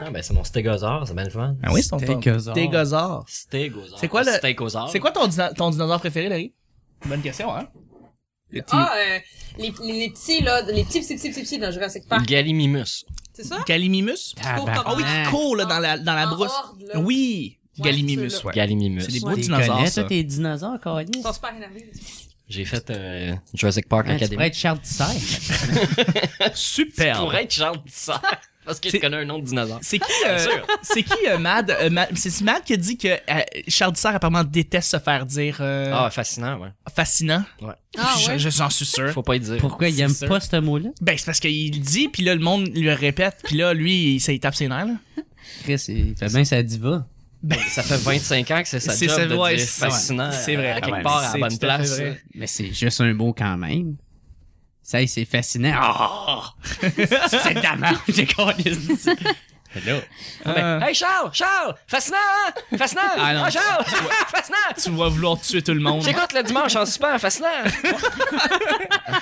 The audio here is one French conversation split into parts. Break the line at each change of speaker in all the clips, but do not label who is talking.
temps, ben, c'est mon stégosaure, c'est bien le fun.
Ah oui, c'est ton top.
Stégosaure.
Stégosaure.
Stégosaure.
C'est quoi le-
Stégosaure.
Ah. C'est quoi ton, dino- ton dinosaure préféré, Larry? Bonne question, hein? Le petit
Ah, euh, les, les, les petits, là, les petits, petits, petits, petits, petits dans Jurassic Park.
Gallimimus.
C'est ça?
Gallimimus? Ah oui, qui court, là, dans la, dans la
En
brousse.
horde, là.
Oui!
Ouais,
Gallimimus,
ceux-là.
ouais.
Gallimimus.
C'est des
Ouais.
beaux
Des
dinosaures,
connais,
ça.
toi, tes dinosaures, Carlis.
Ils sont super énervés.
J'ai fait euh, Jurassic Park
Hein, tu
Academy.
pourrais être Charles Tissère.
Je
Superbe!
pourrais être Charles Tissard. Parce que
C'est-
tu connais un nom de dinosaure.
C'est qui, euh, c'est qui euh, Mad, euh, Mad- c'est Mad qui a dit que euh, Charles Dissert apparemment déteste se faire dire euh,
Ah, fascinant, ouais.
fascinant.
Ouais.
Ah,
Je-
ouais?
Je, j'en suis sûr.
Faut pas y dire.
Pourquoi il
C'est
aime
sûr.
pas ce mot-là?
Ben c'est parce qu'il le dit, puis là le monde lui répète, puis là lui il- ça il tape ses nerfs. Là.
Chris, il fait bien sa diva.
Ça fait 25 ans que c'est sa
C'est
job
ça,
de
ouais,
dire
c'est- ouais.
fascinant.
C'est
À
vrai. Ah ouais,
quelque part, à
c'est
la bonne
tout à fait
place.
vrai.
Mais c'est juste un mot quand même. Ça, c'est fascinant. Ah! c'est de la merde, j'ai Carlis.
Hello.
Ah ben, Hey Charles! Charles! Fascinant! hein? Fascinant!
Ah non,
Ah, Charles! fascinant!
Tu vas vouloir tuer tout le monde.
J'écoute le dimanche en super fascinant!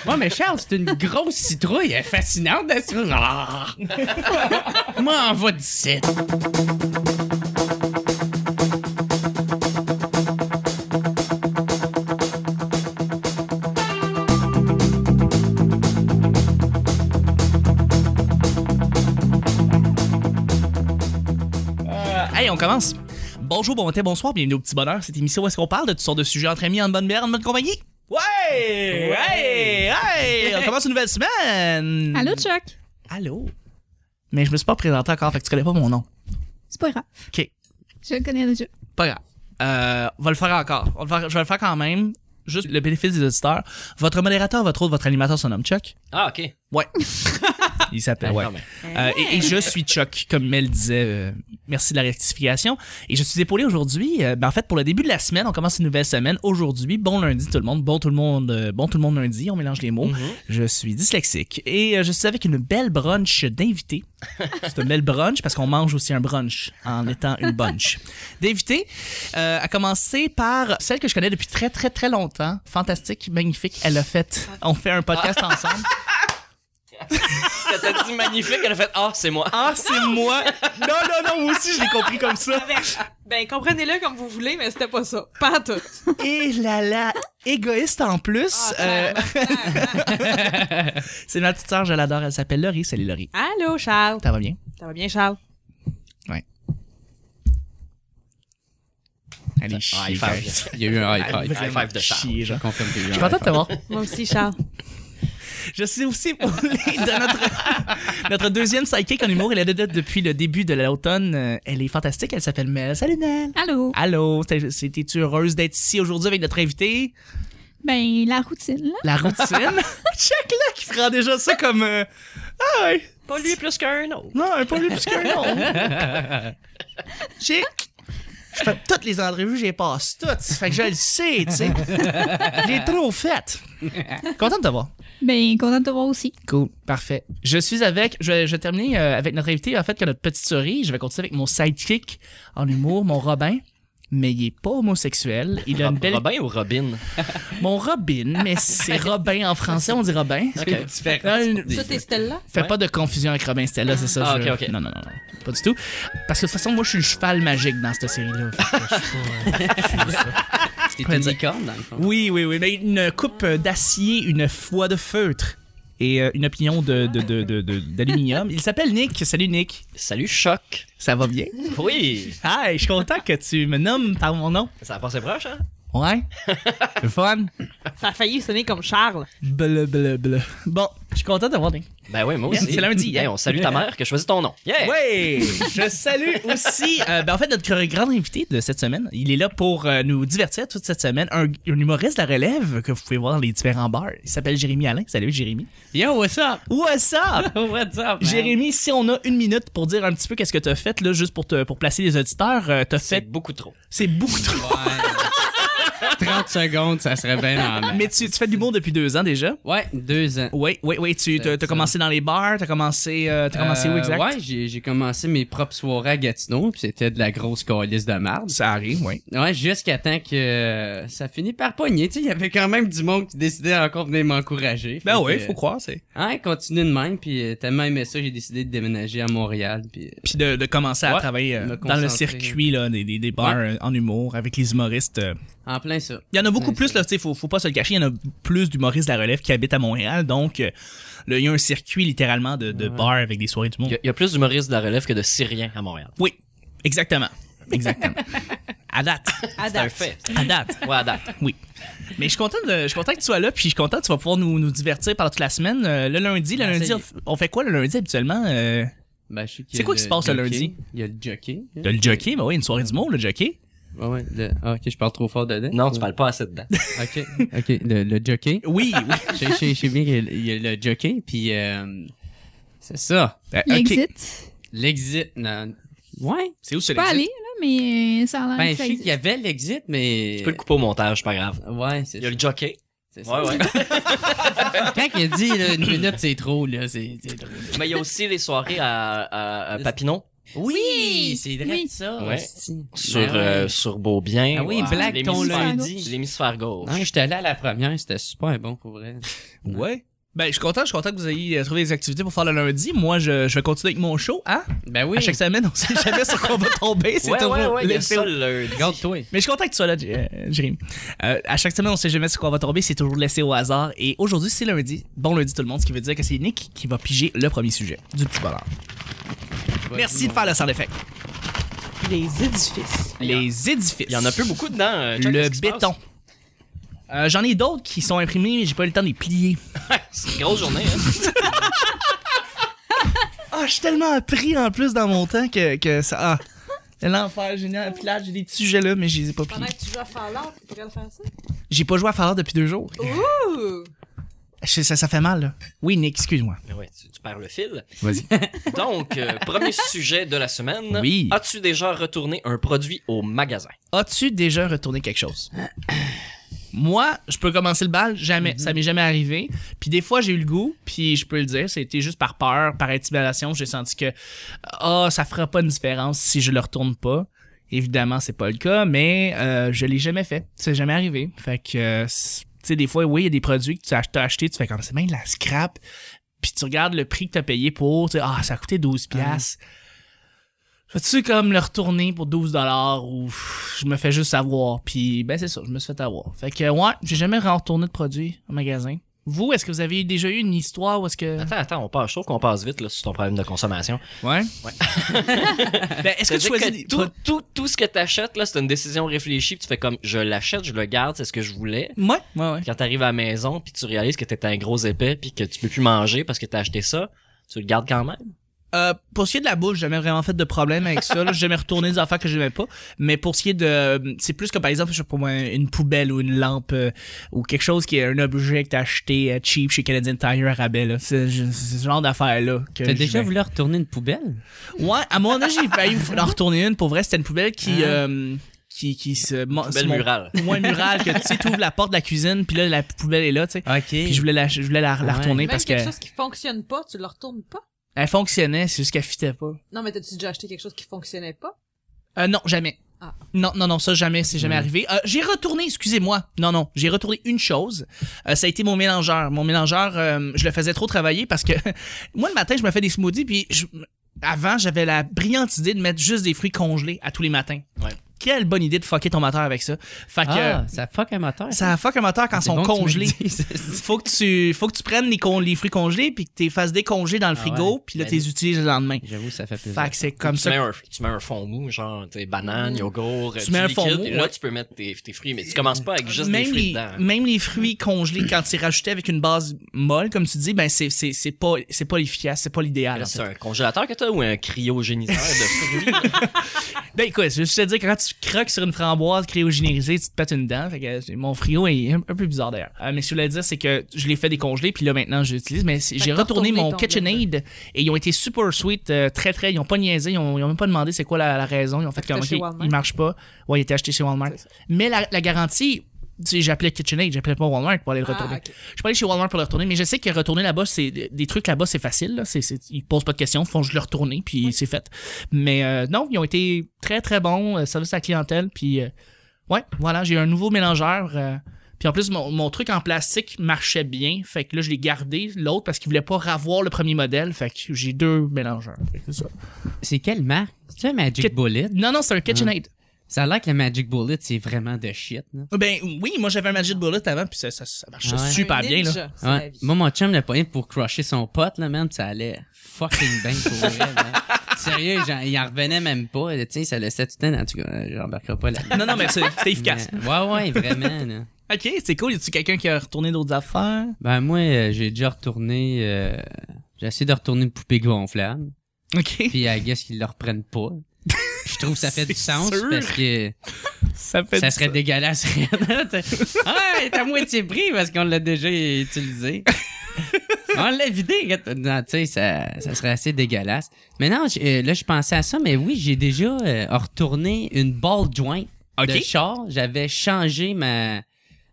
Ouais, mais Charles, c'est une grosse citrouille. Elle est fascinante, la citrouille. Ah! Moi, on va d'ici.
Hey, on commence. Bonjour, bon matin, bonsoir, bienvenue au petit bonheur. Cette émission où est-ce qu'on parle de toutes sortes de sujets entre amis, en bonne bière, en bonne compagnie. Ouais! Ouais! Ouais! on commence une nouvelle semaine.
Allô, Chuck?
Allô. Mais je me suis pas présenté encore, fait que tu connais pas mon nom.
C'est pas grave.
Ok.
Je le connais déjà.
Pas grave. Euh, on va le faire encore. On va le faire- je vais le faire quand même. Juste le bénéfice des auditeurs. Votre modérateur, votre autre, votre animateur se nomme Chuck.
Ah, ok.
Ouais. Il s'appelle. ouais.
Ah, ben,
Euh, et, et je suis Chuck, comme Mel disait. euh, merci de la rectification. Et je suis épaulé aujourd'hui. euh, ben, en fait, pour le début de la semaine, on commence une nouvelle semaine. Aujourd'hui, bon lundi tout le monde. Bon tout le monde. euh, bon tout le monde lundi. On mélange les mots. Je suis dyslexique. Et euh, je suis avec une belle brunch d'invités. C'est une belle brunch parce qu'on mange aussi un brunch en étant une bunch. D'invités, euh, à commencer par celle que je connais depuis très très très longtemps. Fantastique, magnifique. Elle a fait. On fait un podcast ensemble.
Quand t'as dit magnifique, elle a fait Ah, c'est moi.
Ah, c'est moi! Non, non, non, moi aussi, je l'ai compris comme ça.
Ben, comprenez-le comme vous voulez, mais c'était pas ça. Pas à tout.
Et Eh là là, égoïste en plus.
Ah,
Euh,
clairement, clairement.
c'est ma petite sœur, je l'adore, elle s'appelle Laurie. Salut Laurie.
Allô, Charles.
Ça va bien?
Ça va bien, Charles?
Allez, chier.
Ah,
high five.
guys. Il y a eu un high
Elle
five.
high five de Charles.
chier,
Je
genre.
confirme qu'il y a
Je
eu un
suis content de te
high
voir.
Moi aussi, Charles.
Je suis aussi pour les- de notre, notre deuxième psychic en humour. Elle est de date depuis le début de l'automne. Euh, Elle est fantastique. Elle s'appelle Mel. Salut Mel.
Allô?
Allô. t'es- T'es-tu heureuse d'être ici aujourd'hui avec notre invité?
Ben, la routine, là.
La routine. Check là qui prend déjà ça comme. euh, Ah ouais.
Pas lui plus qu'un autre.
Non, un pas lui plus qu'un nom. J'ai. Je fais toutes les entrevues, j'ai passe toutes. Fait que je le sais, tu sais. J'ai trop fait. Content de te voir.
Ben, contente de te voir aussi.
Cool, parfait. Je suis avec, je vais, je vais terminer euh, avec notre invité, en fait, que notre petite souris. Je vais continuer avec mon sidekick en humour, mon Robin. Mais il est pas homosexuel. Il a une belle.
Robin ou Robin?
Mon Robin, mais c'est Robin en français, on dit Robin.
five. C'est différent.
Non, une-
Ça, t'es Stella?
Fais pas de confusion avec Robin Stella, c'est ça.
Ah,
je-
ok, ok.
Non, non, non, non, pas du tout. Parce que de toute façon, moi, je suis le cheval magique dans cette série-là. Fait que je suis pas, euh, je suis ça.
Ah,
T'es une licorne, dans le fond.
Oui, oui, oui. Mais une coupe euh, d'acier, une foi de feutre et euh, une opinion de, de, de, de- de- d'aluminium. Il s'appelle Nick. Salut, Nick.
Salut, choc.
Ça va bien?
Oui.
Hi, je suis content que tu me nommes par mon nom.
Ça a passé proche, hein?
Ouais. Le fun.
Ça a failli sonner comme Charles.
Bleu, bleu, bleu. Bon, je suis content d'avoir Nick.
Ben oui, moi aussi.
C'est lundi, hein?
Hey, on salue ta mère qui a choisi ton nom. Yeah!
Ouais, je salue aussi. euh, ben en fait, notre grand invité de cette semaine, il est là pour euh, nous divertir toute cette semaine. Un, un humoriste de la relève que vous pouvez voir dans les différents bars. Il s'appelle Jérémy Alain. Salut Jérémy.
Yo, what's up?
What's up?
What's up, man?
Jérémy, si on a une minute pour dire un petit peu qu'est-ce que t'as fait là, juste pour te pour placer les auditeurs, euh, t'as
C'est
fait
beaucoup trop.
c'est beaucoup trop.
Ouais. 30 secondes, ça serait bien en
Mais tu, tu fais de l'humour depuis deux ans déjà.
Ouais, deux ans.
Oui, oui, oui. Tu as
Ça.
commencé dans les bars, t'as commencé, euh, t'as commencé où
Euh,
exact?
Ouais, j'ai j'ai commencé mes propres soirées à Gatineau, puis c'était de la grosse calice de marde.
Ça arrive, oui.
Ouais, jusqu'à temps que euh, ça finit par pogner. Tu sais, il y avait quand même du monde qui décidait encore de venir m'encourager.
Ben
Fait
oui,
que,
faut croire, c'est.
euh, Ouais, continue de même, puis euh, tellement aimé ça, j'ai décidé de déménager à Montréal, puis... euh,
Puis de, de commencer à
Ouais,
travailler euh,
me
dans le
concentrer.
circuit là, des, des, des bars euh, en humour avec les humoristes. euh.
en plein ça.
Il y en a beaucoup
Ouais,
plus,
c'est
là, tu sais, faut, faut pas se le cacher, il y en a plus d'humoristes de la relève qui habitent à Montréal, donc euh, là, il y a un circuit littéralement de, de bars avec des soirées d'humour.
Il y a- il y a plus d'humoristes de la relève que de Syriens à Montréal.
Oui, exactement. Exactement. à date.
À
C'est un
date.
fait.
À date.
Ouais, à date.
Oui. Mais je suis content, de, je suis content que tu sois là, puis je suis content que tu vas pouvoir nous, nous divertir pendant toute la semaine. Euh, le lundi, le
Ah,
lundi,
ça y
on,
est.
on fait quoi le lundi habituellement? Euh,
Ben, je sais qu'il y
C'est
a
quoi qui se passe le
jockey.
lundi?
Il y a le jockey. hein.
de le jockey, bah oui, une soirée d'humour, le jockey.
Ouais, ouais, le- ah, ok, je parle trop fort dedans.
Non, tu parles pas assez dedans.
Ok, ok, le, le jockey.
Oui, oui.
Je je- je sais bien qu'il y a- il y a le jockey, puis euh, c'est ça.
Euh, ok.
L'exit.
L'exit, non. Ouais.
C'est où
Je
c'est
peux
l'exit?
aller, là, mais euh, ça a l'air
Ben,
que
je
ça
sais qu'il y
existe.
avait l'exit, mais...
Tu peux le couper au montage, c'est pas grave.
Ouais, c'est
Il y a
ça.
le jockey.
c'est ça.
Ouais, ouais.
Quand il a dit, là, une minute, c'est trop, là, c'est c'est drôle.
Mais il y a aussi les soirées à, à- à Papineau
Oui,
c'est vrai
oui.
ça.
Ouais.
hostie.
sur,
Ben ouais.
euh, sur Beaubien.
Ah oui,
Ouais.
Black ton
L'hémisphère-
lundi.
L'hémisphère gauche.
Non, j'étais allé à la première, c'était super bon pour vrai.
Ouais. Ben, je suis content, je suis content que vous ayez euh, trouvé des activités pour faire le lundi. Moi, je, je vais continuer avec mon show, hein?
Ben oui.
À chaque semaine, on sait jamais sur quoi on va tomber. C'est
ouais,
toujours
ouais, ouais, il y a
l'effet-
ça le lundi.
Regarde-toi.
Mais je suis content que tu sois là, J- euh, Jérémy. Euh, à chaque semaine, on sait jamais sur quoi on va tomber. C'est toujours laissé au hasard. Et aujourd'hui, c'est lundi. Bon lundi tout le monde, ce qui veut dire que c'est Nick qui va piger le premier sujet du petit bonheur. Merci de faire le sound effect.
Les édifices.
Les édifices.
Il y en a plus beaucoup dedans. euh, Chuck,
Le
qu'est-ce qui se
béton. Euh, J'en ai d'autres qui sont imprimés, mais j'ai pas eu le temps de les plier.
passe? C'est une grosse journée, hein?
Ah, je suis tellement pris en plus dans mon temps que, que ça. Ah, l'enfer génial. Puis là, j'ai des petits sujets là, mais je les ai pas
Pendant
pliés.
que tu joues à Fallout, t'es pas capable de faire ça?
J'ai pas joué à Fallout depuis deux jours.
Ouh!
Je- ça, ça fait mal, là. Oui, Nick, excuse-moi.
Mais Ben ouais, tu, tu perds le fil.
Vas-y.
Donc, euh, premier sujet de la semaine.
Oui.
As-tu déjà retourné un produit au magasin?
As-tu déjà retourné quelque chose? Moi, je peux commencer le bal, jamais. Ça m'est jamais arrivé. Puis des fois, j'ai eu le goût, puis je peux le dire, c'était juste par peur, par intimidation. J'ai senti que, ah, ça fera pas une différence si je le retourne pas. Évidemment, c'est pas le cas, mais euh, je l'ai jamais fait. C'est jamais arrivé. Fait que, euh, c'est- tu sais, des fois, oui, il y a des produits que tu as t'as acheté, tu fais comme, c'est bien de la scrap. Puis tu regardes le prix que t'as payé pour, tu sais, ah, ça a coûté 12 piastres. Fais-tu comme le retourner pour 12 dollars ou pff, je me fais juste avoir puis ben c'est ça, je me suis fait avoir. Fait que ouais, j'ai jamais retourné de produit au magasin. Vous, est-ce que vous avez déjà eu une histoire ou est-ce que
Attends, attends, on passe. Je trouve qu'on passe vite là, sur ton problème de consommation.
ouais ben, est-ce que tu
C'est-à-dire
choisis
que
des
tout,
pro-
tout, tout ce que t'achètes, là, c'est une décision réfléchie. puis Tu fais comme, je l'achète, je le garde, c'est ce que je voulais.
Ouais, ouais ouais.
Quand t'arrives à la maison, puis tu réalises que t'es un gros épais, puis que tu peux plus manger parce que t'as acheté ça, tu le gardes quand même.
Euh, pour ce qui est de la bouche, j'ai jamais vraiment fait de problème avec ça. là. J'ai jamais retourné des affaires que j'aimais pas. Mais pour ce qui est de, euh, c'est plus que par exemple, je sais pas moi, une poubelle ou une lampe euh, ou quelque chose qui est un objet que t'as acheté euh, cheap chez Canadian Tire à rabais. là. C'est je- c'est ce genre d'affaires là. que
T'as
je
déjà
vais-
voulu retourner une poubelle?
Ouais, à mon âge, j'ai failli en retourner une. Pour vrai, c'était une poubelle qui,
Hein?
euh, qui, qui se.
Belle
murale.
murale.
Ouais, murale, que tu sais, t'ouvres la porte de la cuisine, puis là, la poubelle est là, tu sais.
Ok.
Puis je voulais la, je voulais la, la
Ouais.
retourner
Même
parce que
quelque chose qui fonctionne pas, tu le retournes pas?
elle fonctionnait, c'est juste qu'elle fitait pas.
Non, mais t'as-tu déjà acheté quelque chose qui fonctionnait pas?
Euh, non, jamais.
Ah.
Non, non, non, ça jamais, c'est
Hmm.
jamais arrivé. Euh, j'ai retourné, excusez-moi. Non, non, j'ai retourné une chose. Euh, ça a été mon mélangeur. Mon mélangeur, euh, je le faisais trop travailler parce que moi le matin, je me fais des smoothies puis je- avant, j'avais la brillante idée de mettre juste des fruits congelés à tous les matins.
Ouais.
Quelle bonne idée de fucker ton moteur avec ça. Fait que
Ah, ça fuck un moteur.
euh, ça fuck un moteur quand ils
C'est
sont
bon que tu me
congelés.
le dises.
Faut que tu faut que tu prennes les, con- les fruits congelés puis que tu les fasses décongeler dans le
Ah
frigo
ouais.
puis là
Ben
tu les
oui.
utilises le lendemain.
J'avoue, ça fait plaisir.
Fait que c'est comme
tu,
ça. Mm.
Mets un, tu mets un fond mou, genre t'es banane, yogourt,
Tu
du
mets un
liquide,
fond mou,
et là
ouais.
tu peux mettre tes, tes fruits, mais tu commences pas avec juste des
même
fruits
les,
dedans. hein.
même les fruits congelés, quand ils rajoutaient avec une base molle, comme tu dis, ben c'est, c'est, c'est pas, c'est pas efficace, c'est pas l'idéal.
Là,
en fait.
Ah, c'est un congélateur que t'as ou un cryogéniseur de fruits?
Ben écoute, je veux juste te dire que quand tu croques sur une framboise cryogénisée, tu te pètes une dent. Fait que euh, mon frigo est un, un peu bizarre d'ailleurs. Euh, mais ce que je voulais dire, c'est que je l'ai fait décongeler, puis là maintenant je l'utilise. Mais c'est-
que
j'ai
t'as
retourné
retourné
mon
ton
KitchenAid et ils ont été super sweet, euh, très très. Ils ont pas niaisé, ils ont, ils ont même pas demandé c'est quoi la, la raison. Ils ont fait
T'as
comme
acheté
ok,
Walmart?
il marche pas. Ouais, il a été acheté chez Walmart. Mais la, la garantie Tu sais, J'appelais KitchenAid, j'appelais pas Walmart pour aller le
Ah,
retourner.
ok.
Je suis allé chez Walmart pour le retourner, mais je sais que retourner là-bas, c'est des trucs là-bas, c'est facile. Là. C'est- c'est- ils posent pas de questions, ils font je le retourner, puis c'est fait. Mais euh, non, ils ont été très très bons, euh, service à la clientèle, puis euh, ouais, voilà, j'ai eu un nouveau mélangeur. euh, puis en plus, mon, mon truc en plastique marchait bien, fait que là, je l'ai gardé, l'autre, parce qu'ils voulaient pas ravoir le premier modèle, fait que j'ai deux mélangeurs. Fait que c'est ça.
C'est quelle marque? C'est-tu un Magic
Kit-
Bullet?
Non, non, c'est un KitchenAid.
Ça a l'air que le Magic Bullet, c'est vraiment de shit. là.
Ah. Ben oui, moi j'avais un Magic Bullet avant, puis ça, ça, ça marchait
Ah ouais.
super
Un
bien, là.
ninja, c'est
Ouais.
la vie.
Moi, mon chum l'a pogné pour crusher son pote, là, man, pis ça allait fucking bien pour elle. là. Sérieux, genre, il en revenait même pas. Tu sais, ça laissait tout le temps. En tout cas, euh, j'embarquerai pas là-dedans.
Non, non, mais c'est- c'était efficace.
Mais- ouais, ouais, vraiment. là.
Ok, c'est cool. Y a-tu quelqu'un qui a retourné d'autres affaires?
Ben, moi, euh, j'ai déjà retourné. euh, j'ai essayé de retourner une poupée gonflable.
Ok.
Puis, I guess qu'ils le reprennent pas. Je trouve que ça fait du
C'est
sens
sûr.
parce que
Ça fait
ça
du-
serait dégueulasse. ah, elle est à moitié pris parce qu'on l'a déjà utilisé. On l'a vidé. regarde. Non, tu sais, ça, ça serait assez dégueulasse. Mais non, j'- euh, là, je pensais à ça, mais oui, j'ai déjà euh, retourné une balle joint de
Ok.
char. J'avais changé ma,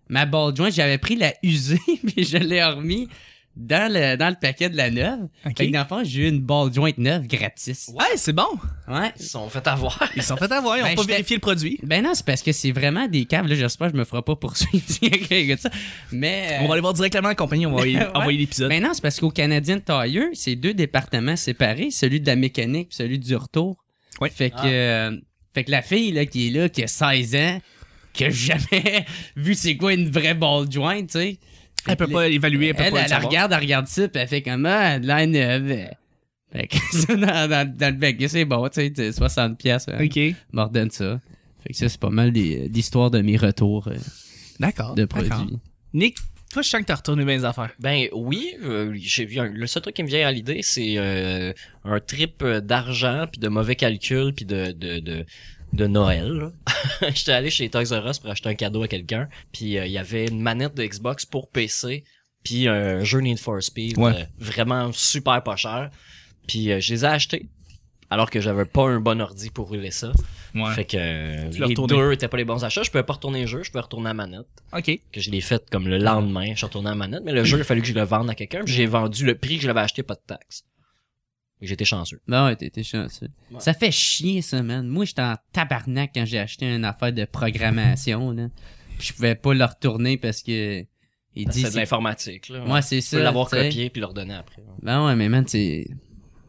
ma balle joint. J'avais pris la usée, puis je l'ai remis dans le, dans le paquet de la neuve.
Ok.
Fait que dans le fond, j'ai eu une balle joint neuve gratis.
Ouais, c'est bon.
Ouais.
Ils se sont fait avoir.
Ils sont fait avoir, ils ont
Ben,
pas
j'étais-
vérifié le produit.
Ben non, c'est parce que c'est vraiment des câbles. Là, j'espère que je me ferai pas poursuivre si quelqu'un écoute ça. Mais. euh,
On va aller voir directement la compagnie, on va y-
Ouais.
envoyer l'épisode.
ben non, c'est parce qu'au Canadien tailleux, c'est deux départements séparés, celui de la mécanique et celui du retour.
Ouais.
Fait que,
Ah.
euh, fait que la fille là, qui est là, qui a 16 ans, qui a jamais vu c'est quoi une vraie balle jointe, tu sais.
Elle peut pas évaluer, elle peut
Elle,
pas
elle,
le savoir.
regarde, elle regarde ça, puis elle fait comme ah, de la neuve. Fait que ça, dans, dans- dans le paquet, c'est hein. bon, tu sais, t'as 60 pièces.
Ok.
Mordonne ça. Fait que ça, c'est pas mal des- d'histoires de mes retours euh,
D'accord.
de
d'accord.
produits.
Nick, toi, je sens que t'as retourné bien les affaires.
Ben oui, euh, j'ai vu un- le seul truc qui me vient à l'idée, c'est euh, un trip euh, d'argent puis de mauvais calculs puis de de de, de Noël. là. J'étais allé chez Toys R Us pour acheter un cadeau à quelqu'un, puis euh, il y avait une manette de Xbox pour PC puis un jeu Need for Speed
Ouais.
euh, vraiment super pas cher. Puis euh, je les ai achetés alors que j'avais pas un bon ordi pour rouler ça. Fait que euh,
Tu l'as
les
retourné.
deux étaient pas les bons achats, je pouvais pas retourner le jeu, je pouvais retourner la manette
Ok.
que je l'ai faite comme le lendemain, je suis retourné à la manette, mais le jeu, il a fallu que je le vende à quelqu'un, puis j'ai vendu le prix que je l'avais acheté, pas de taxe. Et J'étais chanceux.
Ben ouais, t'es- t'es chanceux.
Ouais.
Ça fait chier, ça, man. Moi, j'étais en tabarnak quand j'ai acheté une affaire de programmation, là. Puis je pouvais pas le retourner parce que... Il dit...
C'est de l'informatique, là.
Moi, c'est
tu
ça,
peux l'avoir
tu sais.
copié puis le redonner après.
Ben ouais, mais man, c'est...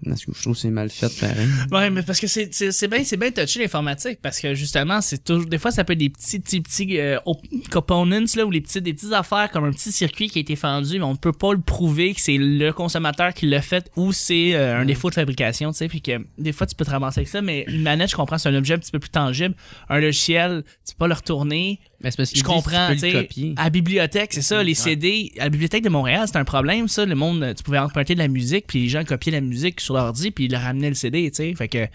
Parce que je trouve que c'est mal fait, pareil.
Ouais, mais parce que c'est- c'est c'est bien c'est bien touché l'informatique parce que justement c'est toujours des fois ça peut être des petits petits petits euh, op- components là ou les petits des petites affaires comme un petit circuit qui a été fendu mais on ne peut pas le prouver que c'est le consommateur qui l'a fait ou c'est euh, un défaut de fabrication tu sais puis que des fois tu peux te ramasser avec ça mais une manette je comprends c'est un objet un petit peu plus tangible un logiciel tu peux pas le retourner
Mais c'est parce qu'il
je
dit,
comprends,
tu Ah,
tu
peux le
sais,
copier.
à la bibliothèque, c'est ça, les CD, à la bibliothèque de Montréal, c'était un problème, ça, le monde, tu pouvais emprunter de la musique, puis les gens copiaient la musique sur l'ordi, puis ils leur ramenaient le CD, tu sais, fait que,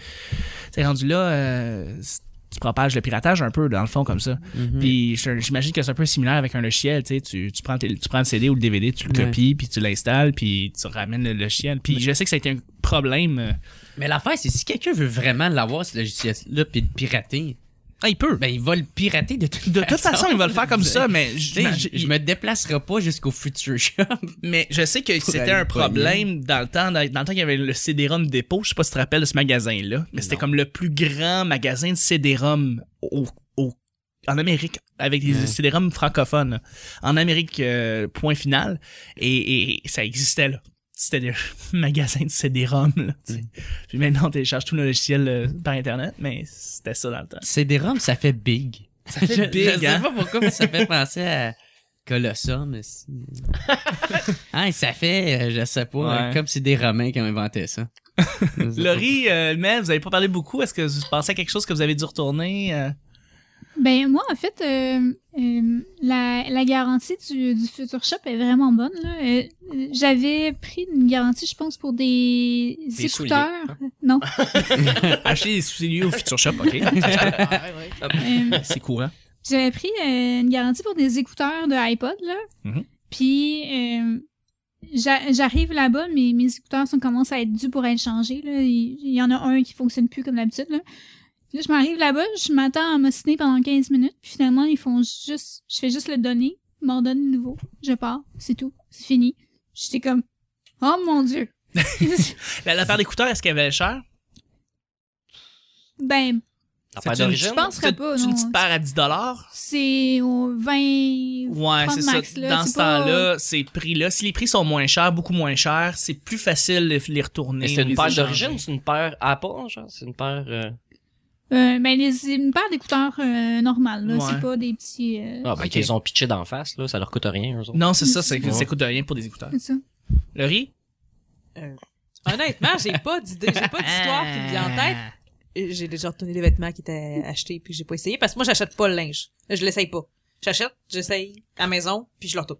c'est rendu là, euh, c- tu propages le piratage un peu, dans le fond, comme ça,
Mhm.
puis je- j'imagine que c'est un peu similaire avec un logiciel, tu sais, tu, tu prends, tes- tu prends le CD ou le DVD, tu le
Ouais.
copies, puis tu l'installes, puis tu ramènes le logiciel, puis je sais que ça a été un problème, euh,
Mais l'affaire, c'est si quelqu'un veut vraiment l'avoir, ce logiciel-là, puis le pirater,
ah, il peut,
ben il va le pirater de toute
de toute façon, il va le faire comme ça, mais
Tu sais, je, je me déplacerai pas jusqu'au futur shop.
Mais je sais que c'était
aller
un
le pogner.
problème dans le temps, dans, dans le temps qu'il y avait le CD-ROM dépôt. Je sais pas si tu te rappelles de ce magasin-là, mais c'était comme le plus grand magasin de CD-ROM au, au- en Amérique, avec des
Ouais.
CD-ROM francophones. En Amérique, euh, point final. Et, et ça existait là. C'était le magasin de CD-ROM. là, tu sais. Puis maintenant, on télécharge tout le logiciel euh, par Internet, mais c'était ça dans le temps.
C'est des roms, ça fait big. Ça
fait
je,
big,
Je sais
hein?
pas pourquoi, mais ça fait penser à Colossum. aussi. hein, ça fait, euh, je sais pas, hein,
Ouais.
comme si des Romains qui ont inventé ça.
Laurie, euh, Mel, vous avez pas parlé beaucoup. Est-ce que vous pensez à quelque chose que vous avez dû retourner? euh?
Ben, moi, en fait, euh, euh, la, la garantie du, du Future Shop est vraiment bonne. là. Euh, euh, J'avais pris une garantie, je pense, pour des,
Des
écouteurs. Non.
Acheter des souliers au Future Shop, OK.
euh,
C'est courant.
J'avais pris euh, une garantie pour des écouteurs de iPod, là.
Mhm.
Puis, euh, j'a- j'arrive là-bas, mais mes écouteurs sont, commencent à être dus pour être changés, là. Il il y en a un qui fonctionne plus comme d'habitude, là. Puis là, je m'arrive là-bas, je m'attends à m'ostiner pendant 15 minutes, puis finalement, ils font juste. Je fais juste le donner, ils m'en donnent de nouveau, je pars, c'est tout, c'est fini. J'étais comme, oh mon Dieu!
La, la paire d'écouteurs, est-ce qu'elle valait cher?
Ah, La
ben,
C'est
paire
une-
d'origine?
je penserais pas,
C'est une
non.
petite paire à 10
c'est au 20.
Ouais,
Prendre
c'est ça.
max, là,
Dans
c'est
ce
pas-
temps-là, ces prix-là, si les prix sont moins chers, beaucoup moins chers, c'est plus facile de les retourner.
Mais c'est
les
une paire
échanger.
d'origine, c'est une paire Apple, genre? C'est une paire... euh,
Euh, ben, les- c'est une paire d'écouteurs euh, normales, là.
Ouais.
C'est pas des petits. euh,
Ah, ben,
Ok.
qu'ils ont pitché d'en face, là. Ça leur coûte rien, eux autres.
Non, c'est ça, c'est,
Ouais.
ça coûte rien pour des écouteurs.
c'est ça.
Le riz?
Honnêtement, j'ai pas d'idée, j'ai pas d'histoire qui me vient en tête.
Ah.
Et J'ai déjà retourné les vêtements qui étaient achetés puis que j'ai pas essayé parce que moi j'achète pas le linge. Je l'essaye pas. J'achète, j'essaye à la maison puis je le retourne.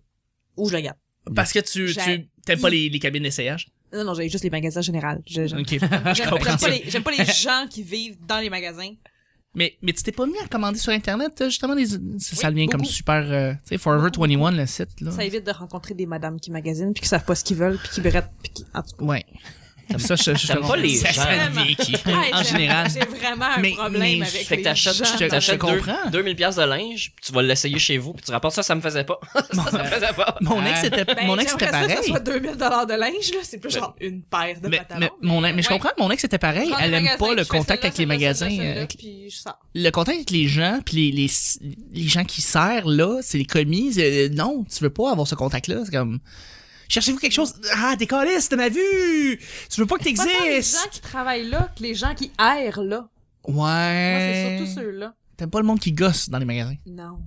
Ou je le garde.
Parce que tu,
J'ai-
tu t'aimes pas les, les cabines d'essayage?
Non, non, j'ai juste les magasins généraux. Je, je-
Ok, je
J'aime
comprends
j'aime
ça.
pas, les- j'aime pas les gens qui vivent dans les magasins.
Mais, mais tu t'es pas mis à commander sur Internet, euh, justement, des... ça, ça
Oui,
devient comme
beaucoup.
super... euh, tu sais, Forever 21, le site, là.
Ça évite de rencontrer des madames qui magasinent puis qui savent pas ce qu'ils veulent puis qui brettent puis qui. En tout cas.
Ouais. Ça, je, je,
T'aimes pas les
ça, ça
gens.
devient qui?
Hey,
en
j'ai-
général.
J'ai vraiment un
Mais-
problème
mais
avec
Fait que
les
t'achètes,
gens.
Je- je
t'achètes
comprends.
deux- 2000 pièces de linge, puis tu vas l'essayer chez vous, puis tu rapportes ça, ça me faisait pas. ça, ça me faisait pas.
Mon ex
Ah.
était,
Ben,
mon ex était
j'aimerais
pareil.
ça
Ben,
Que ça soit 2000 dollars de linge là, c'est plus genre une paire de
mais,
pantalons.
mais, mon, ex- mais je comprends que mon ex était pareil.
Je rentre
Elle
au
aime
magasin,
pas le
je fais
contact avec les
celle-là,
magasins.
celle-là, celle-là,
euh,
puis je sors.
le contact avec les gens, puis les, les, les gens qui servent, là, c'est les commis. c'est- euh, non, tu veux pas avoir ce contact-là. C'est comme... Cherchez-vous quelque chose? Ah, t'es caliste, de ma vue! Tu veux pas que
Pas tant les gens
t'existes!
qui travaillent là que les gens qui errent là.
Ouais.
Moi, c'est
Euh.
surtout ceux-là.
T'aimes pas le monde qui gosse dans les magasins.
Non.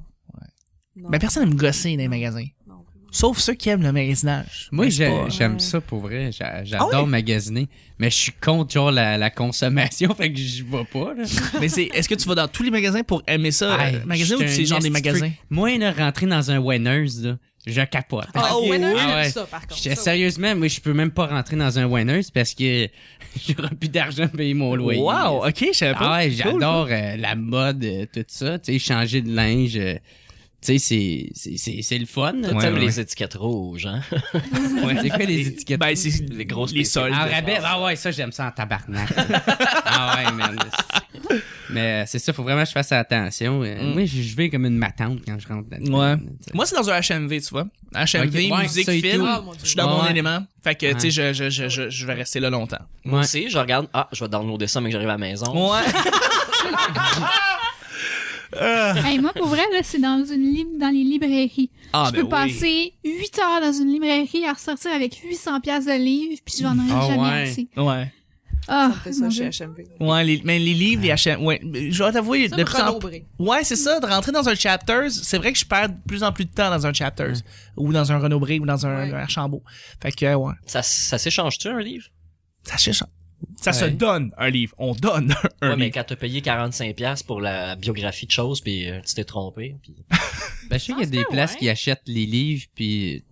Non.
Ben, personne aime gosser dans les magasins.
Non.
Sauf ceux qui aiment le magasinage. Ben,
Moi,
N'est-ce
j'ai-
pas?
j'aime
Ouais.
ça pour vrai. J'a-
Ah
J'adore
ouais?
magasiner, mais je suis contre genre la, la consommation, fait que j'y vais pas. Là.
Mais c'est, est-ce que tu vas dans tous les magasins pour aimer ça,
Hey,
euh, magasin, ou
j'étais
c'est
un
genre des
esti
magasins?
freak. Moi, là, rentrer dans un Winners, là, je capote.
Ah,
Oh,
ouais, non,
oui.
j'aime
Ah ouais.
ça, par contre.
Je-
Ça,
sérieusement, moi, je peux même pas rentrer dans un Winners parce que j'aurai plus d'argent pour payer mon loyer.
Wow, ok, je savais
Ah
pas.
ouais,
Cool.
j'adore euh, la mode, euh, tout ça. Tu sais, changer de linge, euh, tu sais, c'est- c'est- c'est c'est le fun. là, tu sais,
T'aimes
mais
les étiquettes rouges, hein?
les- C'est quoi les étiquettes?
Ben, c'est
Les grosses
les
spéciales.
soldes.
Ah, rabais, ah ouais, ça, j'aime ça en tabarnak. ah ouais, man. Mais euh, c'est ça, faut vraiment que je fasse attention. Euh,
Mm.
Moi, je je vais comme une matante quand je rentre là-dedans,
Ouais.
là, tu sais.
Moi, c'est dans un HMV, tu vois. HMV,
Ok, ouais,
musique,
ça et
film.
tout.
Ah, mon Dieu.
Je suis dans mon
Ouais.
élément. Fait que,
Ouais.
tu sais, je, je, je, je, je vais rester là longtemps.
Moi aussi, je regarde, ah, je vais downloader ça, mais que j'arrive à la maison.
Ouais.
Hey, moi, pour vrai, là, c'est dans, une lib- dans les librairies.
Ah,
ben
je peux passer 8 heures dans une librairie à ressortir avec 800 pièces de livres, puis j'en aurai
Ah
jamais
ouais.
assez.
Ouais.
Ah,
me fait
mon
ça
Dieu.
chez HMV.
Ouais, les, mais les livres, les HM. Ouais, je vais t'avouer,
Ça
de
me
plus en
renombré.
Ouais, c'est ça, de rentrer dans un chapters, c'est vrai que je perds de plus en plus de temps dans un chapters, ou dans un Renaud Bré, ou dans un,
Ouais.
un Archambault. Fait que, euh, ouais,
Ça, ça s'échange-tu un livre?
ça se change. Ça se
Ouais.
donne un livre, on donne un
Ouais, mais
livre.
quand t'as payé 45$ pour la biographie de choses, puis euh, tu t'es trompé, puis
Ben, je sais qu'il y a
pense
des
que
places
ouais.
qui achètent les livres, puis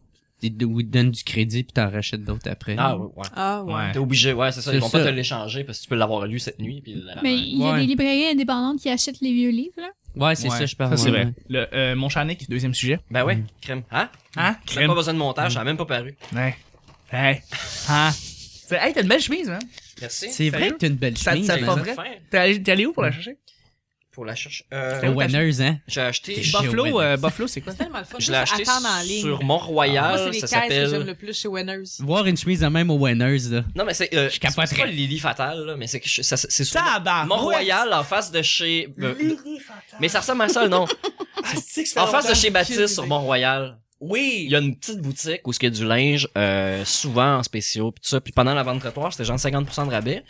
ils te ils te donnent du crédit, puis t'en rachètes d'autres après.
Ah, ouais. ouais.
Ah, ouais.
Ouais.
T'es obligé, ouais, c'est ça.
C'est
Ils vont
ça.
pas te l'échanger parce que tu peux l'avoir lu cette nuit. Puis la-
Mais il y a
Ouais.
des librairies indépendantes qui achètent les vieux livres, là.
Ouais, c'est ça, je parle.
c'est
ouais.
vrai. Le, euh, mon Charnic, deuxième sujet.
Ben ouais, crème. Hein?
Hein?
Même pas besoin de montage, ça a même pas paru.
Ouais. Ouais. Hein? C'est- Hey, t'as une belle chemise, hein?
Merci.
C'est vrai
Sérieux?
que t'as une belle
Ça-
chemise. hein.
ça
man.
pas
Vous
vrai?
êtes fin
T'es allé, t'es allé où pour la chercher?
Pour la chercher. Euh,
T'es au winner, hein?
J'ai acheté.
Chez
Buffalo, euh,
Winners.
Buffalo, c'est quoi?
C'est tellement le fun.
Je
Juste
l'ai acheté
attendre en ligne. Ah.
sur
Moi, c'est
Mont-Royal.
les
Ça
caisses que j'aime
s'appelle.
le plus chez Winners.
Voir une chemise de même au Winners, là.
Non, mais c'est. euh,
Je
c'est pas
capoterais.
Lily Fatal, là, mais c'est que je- ça- c'est sur
Tabarnak!
Mont-Royal en face de chez. euh, Mais ça ressemble à ça, non? En face de chez Baptiste sur Mont-Royal.
Oui!
Il y a une petite boutique où il y a du linge, euh, souvent en spéciaux, puis tout ça. Puis pendant la vente trottoir, c'était genre 50% de rabais.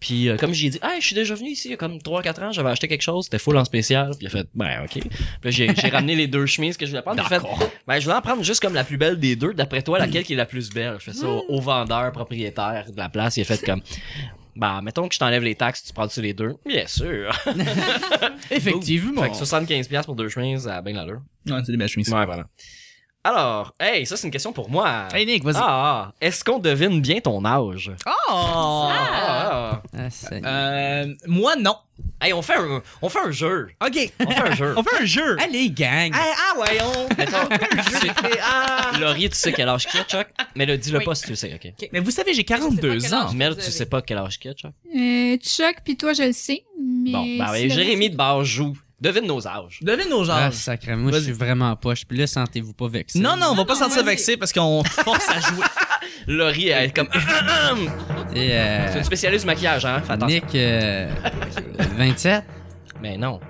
Puis euh, comme j'ai dit, hey, je suis déjà venu ici il y a comme 3-4 ans, j'avais acheté quelque chose, c'était full en spécial. Puis il a fait, ben ok. Puis là, j'ai j'ai ramené les deux chemises que je voulais prendre. Puis il a fait, ben je voulais en prendre juste comme la plus belle des deux. D'après toi, laquelle qui est la plus belle? Je fais ça au au vendeur, propriétaire de la place. Il a fait comme, bah mettons que je t'enlève les taxes, tu prends-tu les deux? Bien sûr.
Effectivement.
Fait que 75$ pour deux chemises, à bien l'allure.
Ouais, c'est des belles chemises.
Ouais, voilà. Alors, hey, ça c'est une question pour moi.
Hey Nick, vas-y.
Ah, est-ce qu'on devine bien ton âge?
Oh!
Ah.
Ah, c'est-
Euh, moi, non.
Hey, on fait, un, on fait un jeu.
OK.
On fait un jeu.
On fait un jeu.
Allez, gang!
Ah, ah, voyons.
Mettons, tu sais-
Ah.
Laurie, tu sais quel âge qu'il a, Chuck? Mais le dis-le
Oui.
pas si tu le sais, OK?
Mais vous savez, j'ai
Je sais pas
42
quel
ans.
âge.
Mel,
vous
tu
avez.
sais pas quel âge qu'il a, Chuck?
Euh, Chuck, puis toi, je le sais. Mais
Bon, ben,
c'est le
Jérémy
reste-
de base joue. Devine nos âges.
Devine nos genres.
Ah, sacré, moi, je suis vraiment poche. Puis là, sentez-vous pas vexé.
non, non, on va pas
non,
sentir
vas-y.
vexé parce qu'on te force à jouer.
Laurie, elle est comme.
Et, euh,
C'est une spécialiste du maquillage, hein? Fais attention.
Nick, euh, 27,
Mais non.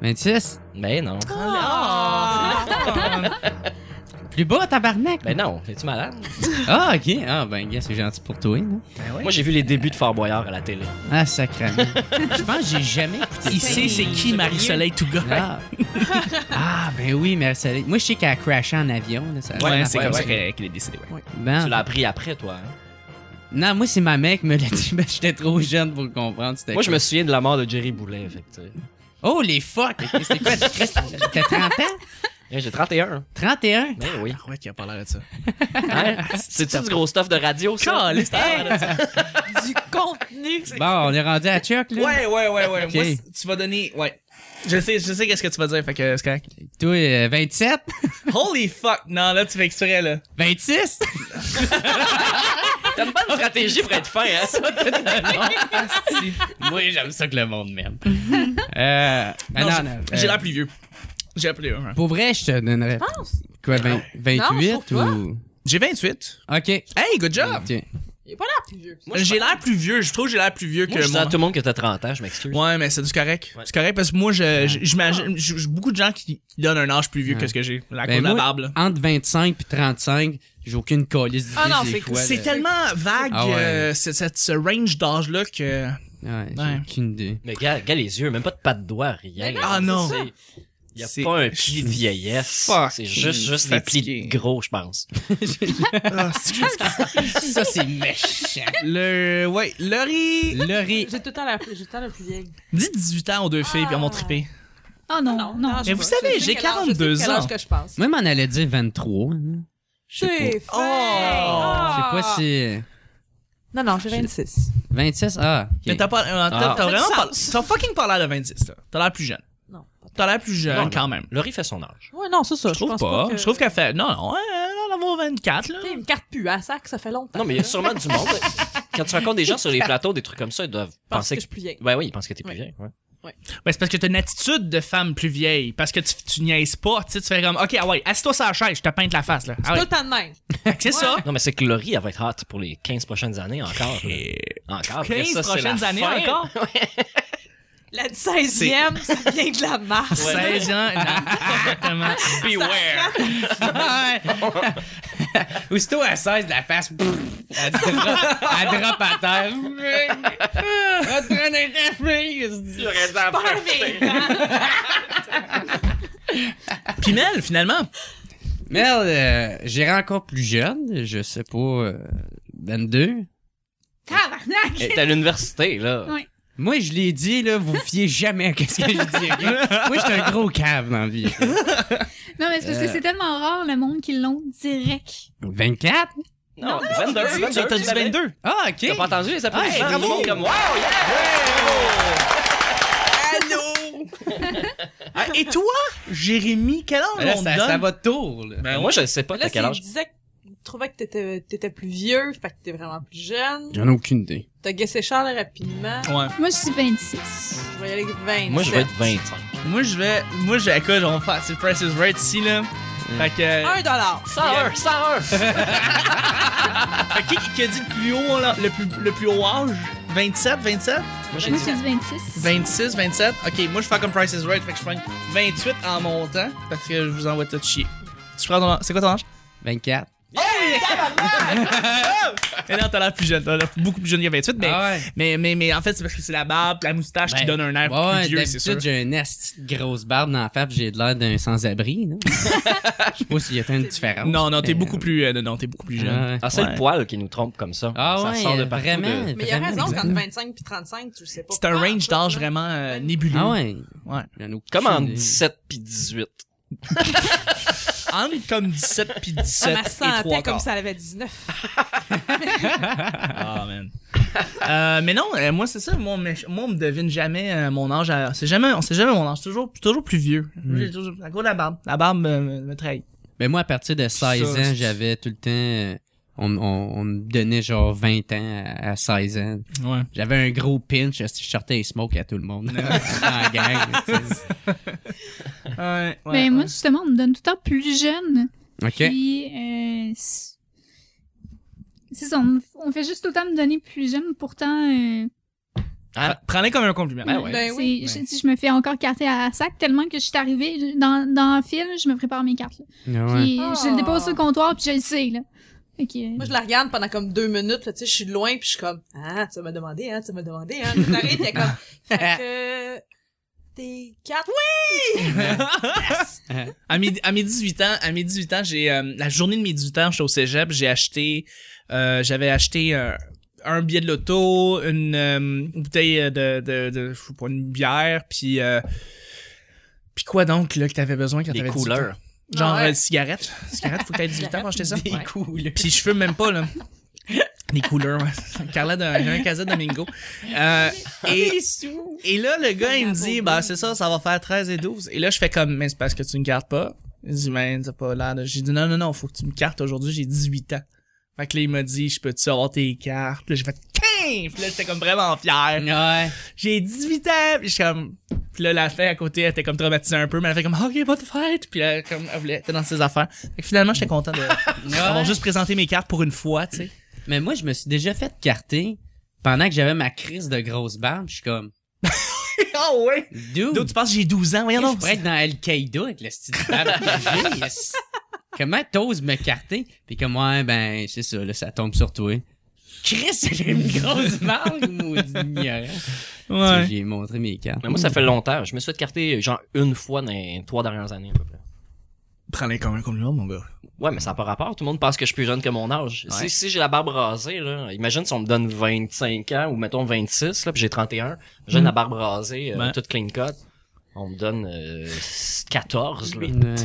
26.
Mais non.
Ah.
Ah,
Plus bas, tabarnak.
Mais Ben non. Es-tu malade?
Ah, ok. Ah, ben, gars, c'est gentil pour toi, non?
Ben
Moi, j'ai vu les débuts de Fort Boyard à la télé.
Ah, sacré. je pense que j'ai jamais écouté
Il
ça.
sait c'est qui Marie-Soleil Touga.
Ah. Ah, ben oui, mais ça- Moi, je sais qu'elle a crashé en avion. Là, ça...
Ouais,
Ouais,
c'est
ouais,
comme ça
ouais.
qu'elle qu'elle est décédée. ouais.
Ben,
Tu l'as appris après, toi. hein?
non, moi, c'est ma mère qui me l'a dit. mais J'étais trop jeune pour comprendre. c'était
Moi, je
quoi.
me souviens de la mort de Jerry Boulet, fait que, tu sais.
Oh, les fuck! Ok, C'est quoi? Chris, T'as 30 ans?
Eh, J'ai 31.
31?
Mais Eh oui.
Ah ouais, qui a pas l'air de ça.
Hein? C'est-tu du gros stuff de radio, ça?
Caliste. hein,
du contenu.
Bon, on est rendu à Chuck, là.
Ouais, ouais, ouais, ouais.
Ok.
Moi, c- tu vas donner. Ouais. Je sais, je sais qu'est-ce que tu vas dire, fait que c'est correct.
Toi, euh, 27?
Holy fuck! Non, là, tu fais exprès, là.
26?
T'as une bonne stratégie pour être fin, hein?
Moi, j'aime ça que le monde m'aime. euh, ben non,
j'ai-
non,
J'ai
euh,
l'air plus Ah. vieux. J'ai l'air plus vieux. hein.
Pour vrai, je te donnerais.
pense.
Quoi, vingt- 28
Non,
ou.
J'ai 28.
Ok.
Hey, good job!
Tiens.
Il est pas l'air plus vieux.
Moi, je
j'ai l'air plus vieux. Je trouve que j'ai l'air plus vieux
Moi,
que
je dis à
moi.
tout le monde que t'as 30 ans, je m'excuse.
Ouais, mais c'est du correct.
Ouais.
C'est correct parce que moi, je- je- j'imagine. J'ai j'ai beaucoup de gens qui qui donnent un âge plus vieux que ce que j'ai. La cause
Ben,
de la
moi,
barbe, là.
Entre 25 puis 35, j'ai aucune colisse d'idée.
Ah non,
c'est
c'est-
quoi,
C'est
là.
tellement vague,
Ah ouais.
euh, c'est- cette- ce range d'âge-là que.
Ouais, j'ai
Ouais.
aucune idée.
Mais gars, regarde les yeux, même pas de pattes de doigts, rien.
Mais non,
Ah non!
Il n'y a
C'est-
pas un pli de vieillesse.
Fuck.
C'est juste, juste
Je suis
des plis
fatigué.
de gros, je pense.
Ah, c'est-
ça, c'est méchant.
le. Ouais, Laurie.
Laurie.
J'ai tout le temps la j'ai tout le temps la plus vieille.
Dites 18 ans aux deux filles, puis elles vont triper.
Ah non, non.
je
Mais
sais
vous
pas,
savez,
je sais
j'ai
quel âge-
42
je sais quel
ans.
âge que je pense.
Moi, je m'en allais dire 23. hein. Je sais pas.
J'ai fait.
Je sais pas
Ah.
si.
Non, non, j'ai 26.
26? Ah, ok.
Mais t'as pas, euh, t'as-
Ah.
t'as vraiment
Ça fait
pas,
du sens.
t'as fucking pas l'air de 26, là. T'as l'air plus jeune.
Non.
T'as l'air plus jeune,
Non, non.
quand même.
Laurie fait son âge.
Ouais, non, c'est ça.
Je trouve
pense
pas.
que-
Je trouve qu'elle fait, non, non, elle en a 24, là.
Tu sais, une carte pu à sac, ça fait longtemps.
Non, mais il y a sûrement du monde. Quand tu rencontres des gens sur les plateaux, des trucs comme ça, ils doivent
Je pense
penser
que je
que.
suis plus vieille.
Ouais, oui, ils pensent que t'es plus
Ouais.
vieille. ouais.
Ben, c'est parce que t'as une attitude de femme plus vieille. Parce que tu, tu niaises pas, tu sais, tu fais comme, ok, ah ouais, assieds-toi sur la chaise, je te peinte la face, là. Ah
Tout
ouais.
le temps de même.
C'est ça.
Non, mais c'est que Laurie, elle va être hot pour les 15 prochaines années encore. là. Encore. Après
15
ça, c'est la
prochaines années
fin.
encore.
La 16e, ça vient de la masse.
16 ans, non, exactement. Beware.
Ouais. Aussitôt à 16 de la face, pff, elle drop, elle drop à terre. Va te prendre un café.
Parfait.
Puis Mel, finalement,
Merde, euh, j'irai encore plus jeune, je sais pas, euh, 22.
Tabarnak!
Elle est à l'université, là.
Oh,
Ouais.
Moi, je l'ai dit, là, vous fiez jamais à qu'est-ce que je dis. ok? Moi, je suis un gros cave dans la vie.
Non, mais c'est parce que
Euh.
c'est tellement rare le monde qui l'ont direct.
24?
Non, 22,
t'as t'as dit 22.
Ah, ok.
T'as pas entendu les
Hey,
applaudissements? Tout le
bravo.
monde comme, wow, yeah!
Allô? Ah, Et toi, Jérémy, quel âge
Mais Ben là,
on
ça,
te donne?
ça va de tour, là.
Ben, moi, je sais pas
Là,
t'as
c'est-
quel
je
âge.
disais que tu trouvais que t'étais, t'étais plus vieux, fait que t'es vraiment plus jeune.
J'en ai aucune idée.
T'as guessé Charles rapidement.
Ouais.
Moi, je suis 26.
Je vais y aller avec 20.
Moi, je vais être 25.
Moi, je vais. Moi, je vais. Écoute, on va faire. C'est Price is Right ici, là.
Mm.
Fait que.
1 dollar.
101, 101!
Fait que qui, qui a dit le plus haut, là, le, plus, le plus haut âge 27, 27
Moi, j'ai
Moi,
dit
je suis 26.
26, 27. Ok, moi, je fais comme Price is Right. Fait que je prends 28 en montant parce que je vous envoie tout chier. Tu prends ton. C'est quoi ton âge
24.
Mais Eh non, t'as l'air plus jeune. T'as l'air beaucoup plus jeune que 28, mais.
Ah ouais.
Mais, mais, mais en fait, c'est parce que c'est la barbe, la moustache qui
Ben,
donne un air
Ouais,
plus vieux, c'est sûr.
d'habitude, j'ai une esti de grosse barbe dans la face, puis j'ai de l'air d'un sans-abri. non? Je sais pas s'il y a tant de différence.
Non, non, t'es
mais-
beaucoup plus. euh, non, non, t'es beaucoup plus jeune.
Ah, Ben, ouais.
Ah, c'est
Ouais.
le poil qui nous trompe comme ça.
Ah
ça
ouais,
sort de
euh,
partout.
vraiment.
de-
Mais il y a raison,
Exactement.
quand 25 puis 35, tu le sais pas.
C'est un
Ah,
range
toi,
d'âge
non.
vraiment euh, nébuleux.
Ah ouais.
Ouais.
J'en ai aucune
Comme entre
idée.
17 puis 18.
Entre comme 17 puis
Ah,
17
ma
et 3
santé comme ça, elle avait 19.
Ah, man. Euh, mais non, euh, moi, c'est ça. Moi, on me- moi, on me devine jamais euh, mon âge. à- c'est jamais, on sait jamais mon âge. Toujours, toujours plus vieux. Moi, j'ai toujours, à cause de la barbe. La barbe me, me- me trahit.
Mais moi, à partir de 16
Ça,
ans,
c'est-
j'avais tout le temps. euh, on, on- on me donnait genre 20 ans à, à 16 ans.
Ouais.
J'avais un gros pinch, je sortais les smokes à tout le monde. en gang, tu sais.
ben, moi, justement, on me donne tout le temps plus jeune.
OK.
Puis, euh, c'est c'est ça, on, me- on fait juste autant me donner plus jeune, pourtant, euh,
Ah,
Prends-les comme un compliment.
Ben ouais.
Ben
c'est-
oui.
je, je me fais encore carter à la sac tellement que je suis arrivée dans, dans un fil, je me prépare mes cartes. là.
Ouais.
Puis
Ah.
je le dépose au comptoir, puis je le sais, là. Fait que,
Moi, je la regarde pendant comme deux minutes, là, tu sais, je suis loin, puis je suis comme, ah, tu m'as demandé, hein, tu m'as demandé, hein. J'arrive, t'es comme, fait que, t'es quatre, oui!
À mes, à mes 18 ans, à mes 18 ans, j'ai euh, la journée de mes 18 ans, j'étais au cégep, j'ai acheté euh, j'avais acheté euh, un billet de loto, une euh, bouteille de, de, de- je sais pas, une bière, puis euh, puis quoi donc là que t'avais besoin quand
des
t'avais 18
couleurs.
ans? Genre
Ouais.
euh, cigarette, cigarette, faut que t'aies 18 ans pour acheter ça.
Des
Ouais.
cool.
Puis je fume même pas là. Des couleurs, ouais. Carla de j'avais un cassette Domingo. Euh, et et là, le gars, il me dit, bah, c'est ça, ça va faire 13 et 12. Et là, je fais comme, mais c'est parce que tu ne gardes pas. Il dit, mais t'as pas l'air de. J'ai dit, non, non, non, faut que tu me cartes aujourd'hui, j'ai 18 ans. Fait que là, il m'a dit, je peux-tu avoir tes cartes? Puis là, j'ai fait, Tiens! Puis là, j'étais comme vraiment fier.
Ouais.
J'ai 18 ans! Puis j'étais comme. Puis là, la fille à côté, elle était comme traumatisée un peu, mais elle fait comme, Ah, OK, pas de fête! Puis elle, comme, elle voulait, elle était dans ses affaires. Fait que finalement, j'étais content de.
Ouais.
d'avoir juste présenté mes cartes pour une fois, tu sais.
Mais moi, je me suis déjà fait carter pendant que j'avais ma crise de grosse barbe. Je suis comme,
Ah ouais!
dude,
D'autres, tu penses que j'ai 12 ans? Voyons
je
donc.
pourrais être dans Al-Qaïda avec le style de barbe que j'ai, yes. Comment t'oses me carter? Puis comme, ouais, ben, c'est ça, là, ça tombe sur toi. Chris, j'ai une grosse barbe, maudit ignorant. Tu sais,
Ouais.
J'ai montré mes cartes.
Mais moi, ça fait longtemps. Je me suis fait carter genre une fois dans les trois dernières années à peu près.
Prends-les comme un compliment, mon gars.
Ouais, mais ça n'a pas rapport. Tout le monde pense que je suis plus jeune que mon âge.
Ouais.
Si, si j'ai la barbe rasée, là, imagine si on me donne 25 ans ou mettons 26, là, puis j'ai 31, j'ai
Mm.
la barbe rasée, euh,
Ouais.
toute clean cut, on me donne euh, 14. Là.
Une-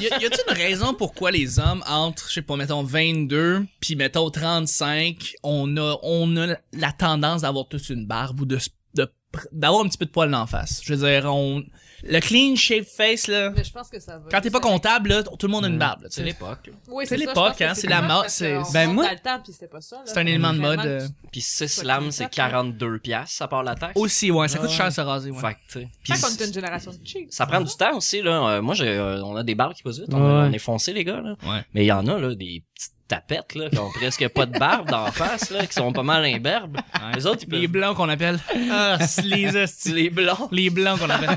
Y a- y a-t-il une raison pourquoi les hommes entre, je sais pas, mettons 22 puis mettons 35, on a on a la tendance d'avoir tous une barbe ou de se- de pr- d'avoir un petit peu de poils en face. Je veux dire, on le clean shave face là.
Mais je pense que ça va.
Quand t'es pas comptable, là, t- tout le monde a une barbe. là, tu
C'est
sais.
l'époque. là.
Oui,
C'est
ça, je
l'époque,
pense que
hein, c'est la
plus
mode,
parce
c'est-
qu'on
Ben,
monte
moi-
dans le temps, puis c'était pas ça, là.
C'est un élément de mode.
Vraiment,
euh,
Puis 6
Pas
lames,
clean
c'est
cut, hein?
42 piastres, à part la taxe.
Aussi, ouais, ça coûte
Ouais.
cher se raser, ouais.
Fait que, tu sais. Puis
Quand on est une
c-
génération de cheap.
ça prend du temps aussi, là. Euh, moi, j'ai, euh, on a des barres qui poussent vite. On,
Ouais.
on est foncé, les gars, là.
Ouais.
Mais il y en a, là, des petites tapettes, là, qui ont presque pas de barbe d'en face, là, qui sont pas mal imberbes. Les autres, ils peuvent...
Les blancs qu'on appelle. Ah, c'est les hosties.
les blancs
Les blancs qu'on appelle.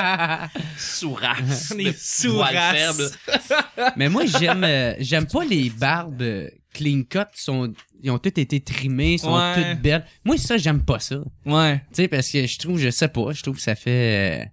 souraces.
Les
de petits
souraces.
poils faibles.
Mais moi, j'aime euh, j'aime pas les barbes euh, clean cut. qui Sont, ils ont toutes été trimées, sont
Ouais.
toutes belles. Moi, ça, j'aime pas ça.
Ouais.
Tu sais, parce que je trouve, je sais pas, je trouve que ça fait. euh,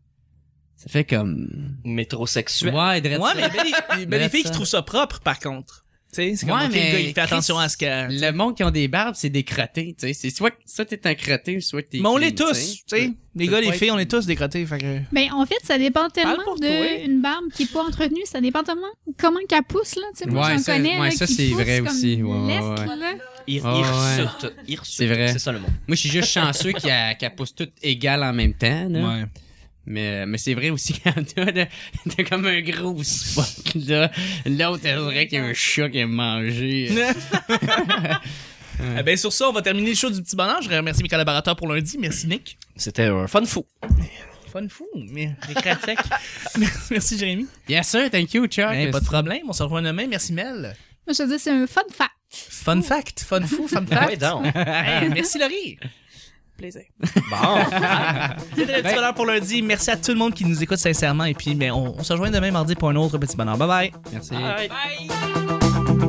ça fait comme.
Métrosexuels.
Ouais, drette
Ouais,
ça.
mais ben, les- ben, les filles qui
Ça.
trouvent ça propre, par contre. Tu sais, c'est comme,
Ouais,
ok,
mais
le gars, il fait
Chris-
attention à ce qu'elle...
Le monde qui ont des barbes, c'est des crottés. Tu sais, c'est soit, soit t'es un crotté ou soit t'es.
Mais on
clean,
l'est tous, tu sais. Les
Ça
gars,
peut
les
être-
filles, on est tous décrotés, fait que...
Ben, en fait, ça dépend tellement
pour
de
toi.
une barbe qui est pas entretenue, ça dépend tellement comment qu'elle pousse, là. Tu sais, moi,
Ouais,
j'en
ça-
connais,
ouais,
là,
ça,
qui
c'est
pousse
vrai
comme
aussi. Ouais, ouais,
l'est,
ouais.
là.
Ir-
Ah ouais.
Hirsute. Hirsute.
C'est vrai.
C'est ça le mot.
Moi, je suis juste chanceux qu'ils a- qu'elles poussent toutes égales en même temps. là. Mais, mais c'est vrai aussi qu'il y en a, là, t'as comme un gros spot, là. L'autre, elle dirait qu'il y a un chat qui a mangé.
Eh ben, sur ça, on va terminer le show du petit bonheur. Je remercie mes collaborateurs pour lundi. Merci, Nick.
C'était un fun fou.
Fun fou, mais des craquettes. Merci, Jérémy.
Bien sûr, thank you, Chuck.
Ben, pas de problème. On se revoit demain. Merci, Mel.
Moi, je te dis, c'est un fun fact.
Fun fact. Fun fou, fun
Ouais,
fact.
donc.
Hey, merci, Laurie.
Plaisir.
Bon.
C'était le petit bonheur pour lundi. Merci à tout le monde qui nous écoute sincèrement. Et puis, ben, on, on se rejoint demain mardi pour un autre petit bonheur. Bye bye.
Merci.
Bye!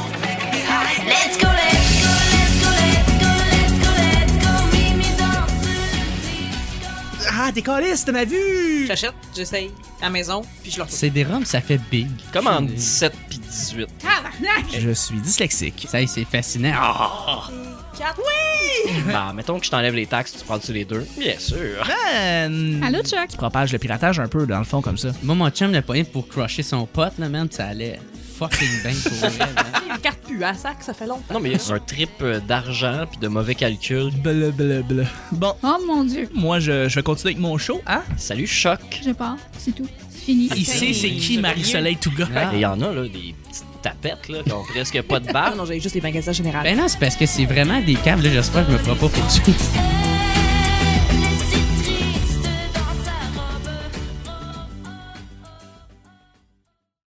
Let's go, let's go, let's go, let's go, let's go, let's go, meet me dans
Ah, décaliste, t'as ma vue.
J'achète, j'essaye, à la maison, puis je leur
C'est des rums, ça fait big.
Comme en 17 puis 18.
Je suis dyslexique.
Ça, c'est fascinant. Ah!
Quatre, oui!
Bah, mettons que je t'enlève les taxes, tu prends-tu les deux? Bien sûr.
Ah!
Ben,
Allô, Chuck?
Tu propages le piratage un peu, dans le fond, comme ça.
Moi, mon chum l'a pas aimé pour crusher son pote, là, même, ça allait fucking bien pour vrai. là.
Une carte pu à sac, ça fait longtemps.
Non, mais c'est un trip euh, d'argent puis de mauvais calcul.
Bleu, bleu, bleu. Bon,
Oh mon dieu,
moi, je, je vais continuer avec mon show, hein?
Salut, choc.
je pars, c'est tout, c'est fini.
Il sait c'est qui Marie-Soleil Touga.
Ah.
Et Il y en a, là, des petites tapettes, là, qui ont presque pas de
Ah
barbe.
non, j'avais juste les magasins généraux.
Ben non, c'est parce que c'est vraiment des câbles. là. J'espère que je me ferai pas poursuivre.